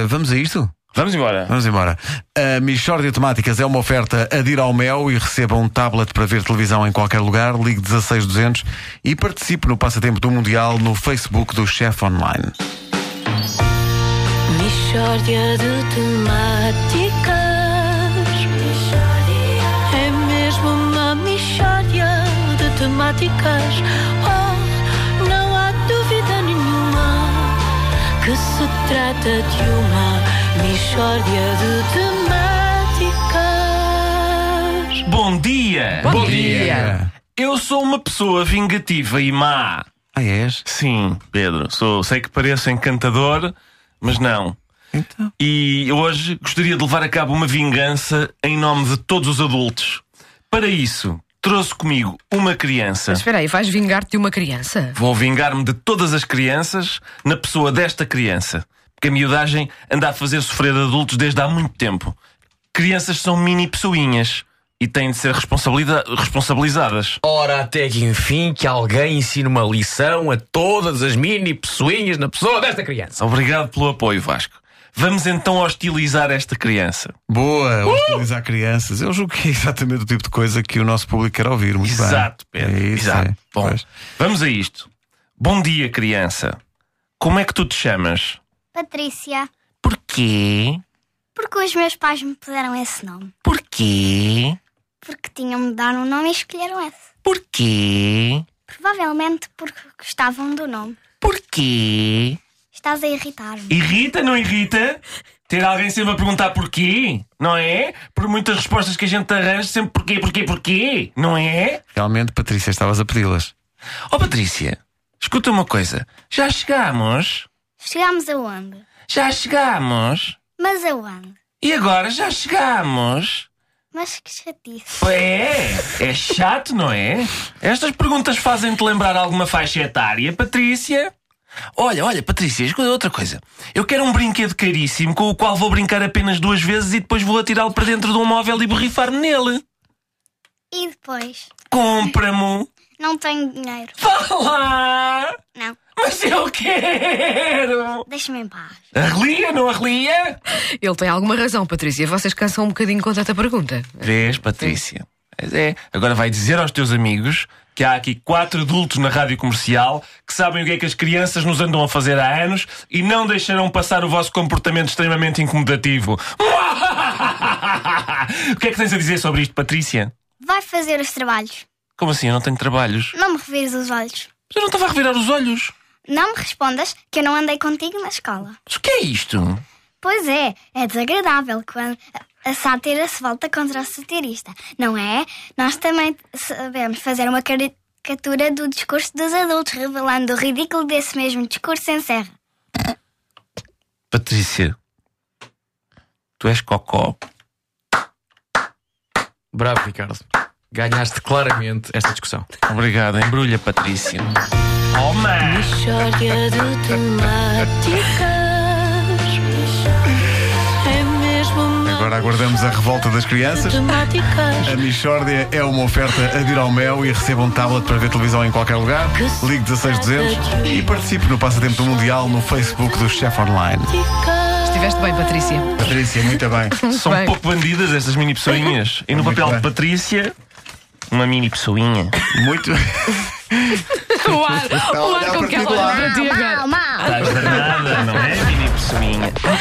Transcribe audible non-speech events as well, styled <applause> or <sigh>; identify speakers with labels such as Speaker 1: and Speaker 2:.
Speaker 1: Vamos a isto?
Speaker 2: Vamos embora.
Speaker 1: Vamos embora. A Michórdia de Temáticas é uma oferta adira ao Mel e receba um tablet para ver televisão em qualquer lugar, ligue 16200 e participe no passatempo do Mundial no Facebook do Chef Online.
Speaker 3: Mishória de temáticas. É mesmo uma mishória de temáticas. Oh, não há dúvida nenhuma que se trata de uma mishória de temáticas.
Speaker 2: Bom dia!
Speaker 4: Bom Bom dia. dia.
Speaker 2: Eu sou uma pessoa vingativa e má.
Speaker 1: Ah, és?
Speaker 2: Sim, Pedro, sou, sei que pareço encantador, mas não.
Speaker 1: Então.
Speaker 2: E hoje gostaria de levar a cabo uma vingança em nome de todos os adultos. Para isso, trouxe comigo uma criança.
Speaker 4: Mas espera aí, vais vingar-te de uma criança?
Speaker 2: Vou vingar-me de todas as crianças na pessoa desta criança. Porque a miudagem anda a fazer sofrer adultos desde há muito tempo. Crianças são mini pessoinhas e têm de ser responsabilida- responsabilizadas.
Speaker 5: Ora, até que enfim que alguém ensine uma lição a todas as mini pessoinhas na pessoa desta criança.
Speaker 2: Obrigado pelo apoio, Vasco. Vamos então hostilizar esta criança.
Speaker 1: Boa,
Speaker 4: Uh!
Speaker 1: utilizar crianças. Eu julgo que é exatamente o tipo de coisa que o nosso público quer ouvir. Muito bem.
Speaker 2: Exato, Pedro.
Speaker 1: É isso,
Speaker 2: Exato.
Speaker 1: é.
Speaker 2: Bom,
Speaker 1: Pois.
Speaker 2: vamos a isto. Bom dia, criança. Como é que tu te chamas?
Speaker 6: Patrícia,
Speaker 2: Porquê?
Speaker 6: porque os meus pais me puseram esse nome.
Speaker 2: Porquê?
Speaker 6: Porque tinham-me dado um nome e escolheram esse.
Speaker 2: Porquê?
Speaker 6: Provavelmente porque gostavam do nome.
Speaker 2: Porquê?
Speaker 6: Estás a irritar-me.
Speaker 2: Irrita, não irrita? Ter alguém sempre a perguntar porquê, não é? Por muitas respostas que a gente arranja, sempre porquê, porquê, porquê, não é?
Speaker 1: Realmente, Patrícia, estavas a pedi-las.
Speaker 2: Ó Patrícia, escuta uma coisa. Já chegámos?
Speaker 6: Chegámos aonde?
Speaker 2: Já chegámos?
Speaker 6: Mas aonde?
Speaker 2: E agora já chegámos?
Speaker 6: Mas que chatice.
Speaker 2: É, é chato, não é? Estas perguntas fazem-te lembrar alguma faixa etária, Patrícia? Olha, olha, Patrícia, escuta outra coisa. Eu quero um brinquedo caríssimo com o qual vou brincar apenas duas vezes e depois vou atirá-lo para dentro de um móvel e borrifar-me nele.
Speaker 6: E depois?
Speaker 2: Compra-mo.
Speaker 6: Não tenho dinheiro.
Speaker 2: um. Vá lá!
Speaker 6: Não.
Speaker 2: Mas eu quero!
Speaker 6: Deixa-me em paz.
Speaker 2: Arrelia, não arrelia?
Speaker 4: Ele tem alguma razão, Patrícia. Vocês cansam um bocadinho com tanta pergunta.
Speaker 2: Vês, Patrícia? Mas é. Agora vai dizer aos teus amigos que há aqui quatro adultos na rádio comercial que sabem o que é que as crianças nos andam a fazer há anos e não deixarão passar o vosso comportamento extremamente incomodativo. <laughs> O que é que tens a dizer sobre isto, Patrícia?
Speaker 6: Vai fazer os trabalhos.
Speaker 2: Como assim? Eu não tenho trabalhos.
Speaker 6: Não me revires os olhos.
Speaker 2: Mas eu não estava a revirar os olhos.
Speaker 6: Não me respondas que eu não andei contigo na escola.
Speaker 2: Mas o que é isto?
Speaker 6: Pois é, é desagradável quando a sátira se volta contra o satirista, não é? Nós também sabemos fazer uma caricatura do discurso dos adultos, revelando o ridículo desse mesmo discurso em serra.
Speaker 2: Patrícia, tu és cocó.
Speaker 5: Bravo, Ricardo. Ganhaste claramente esta discussão.
Speaker 2: Obrigado, embrulha, Patrícia. Oh, man.
Speaker 3: Mishória de temáticas. É mesmo uma
Speaker 1: Agora aguardamos a revolta das
Speaker 3: mixórdia de
Speaker 1: crianças. <laughs>
Speaker 3: temáticas.
Speaker 1: A Michórdia é uma oferta a dir ao mel e receba um tablet para ver televisão em qualquer lugar. Ligue 16200 e participe no Passatempo do Mundial no Facebook do Chef Online.
Speaker 4: Estiveste bem, Patrícia.
Speaker 1: Patrícia, muito bem.
Speaker 2: São
Speaker 4: Bem.
Speaker 2: pouco bandidas estas mini pessoinhas. E no
Speaker 1: Muito
Speaker 2: papel
Speaker 1: bem.
Speaker 2: de Patrícia, uma mini pessoinha.
Speaker 1: Muito
Speaker 4: O ar, o
Speaker 1: olhar
Speaker 4: ar com
Speaker 1: para
Speaker 4: que
Speaker 1: ti
Speaker 4: ela
Speaker 1: do
Speaker 4: olha para ti agora.
Speaker 6: Mal, mal!
Speaker 2: Estás danada, não é, mini pessoinha?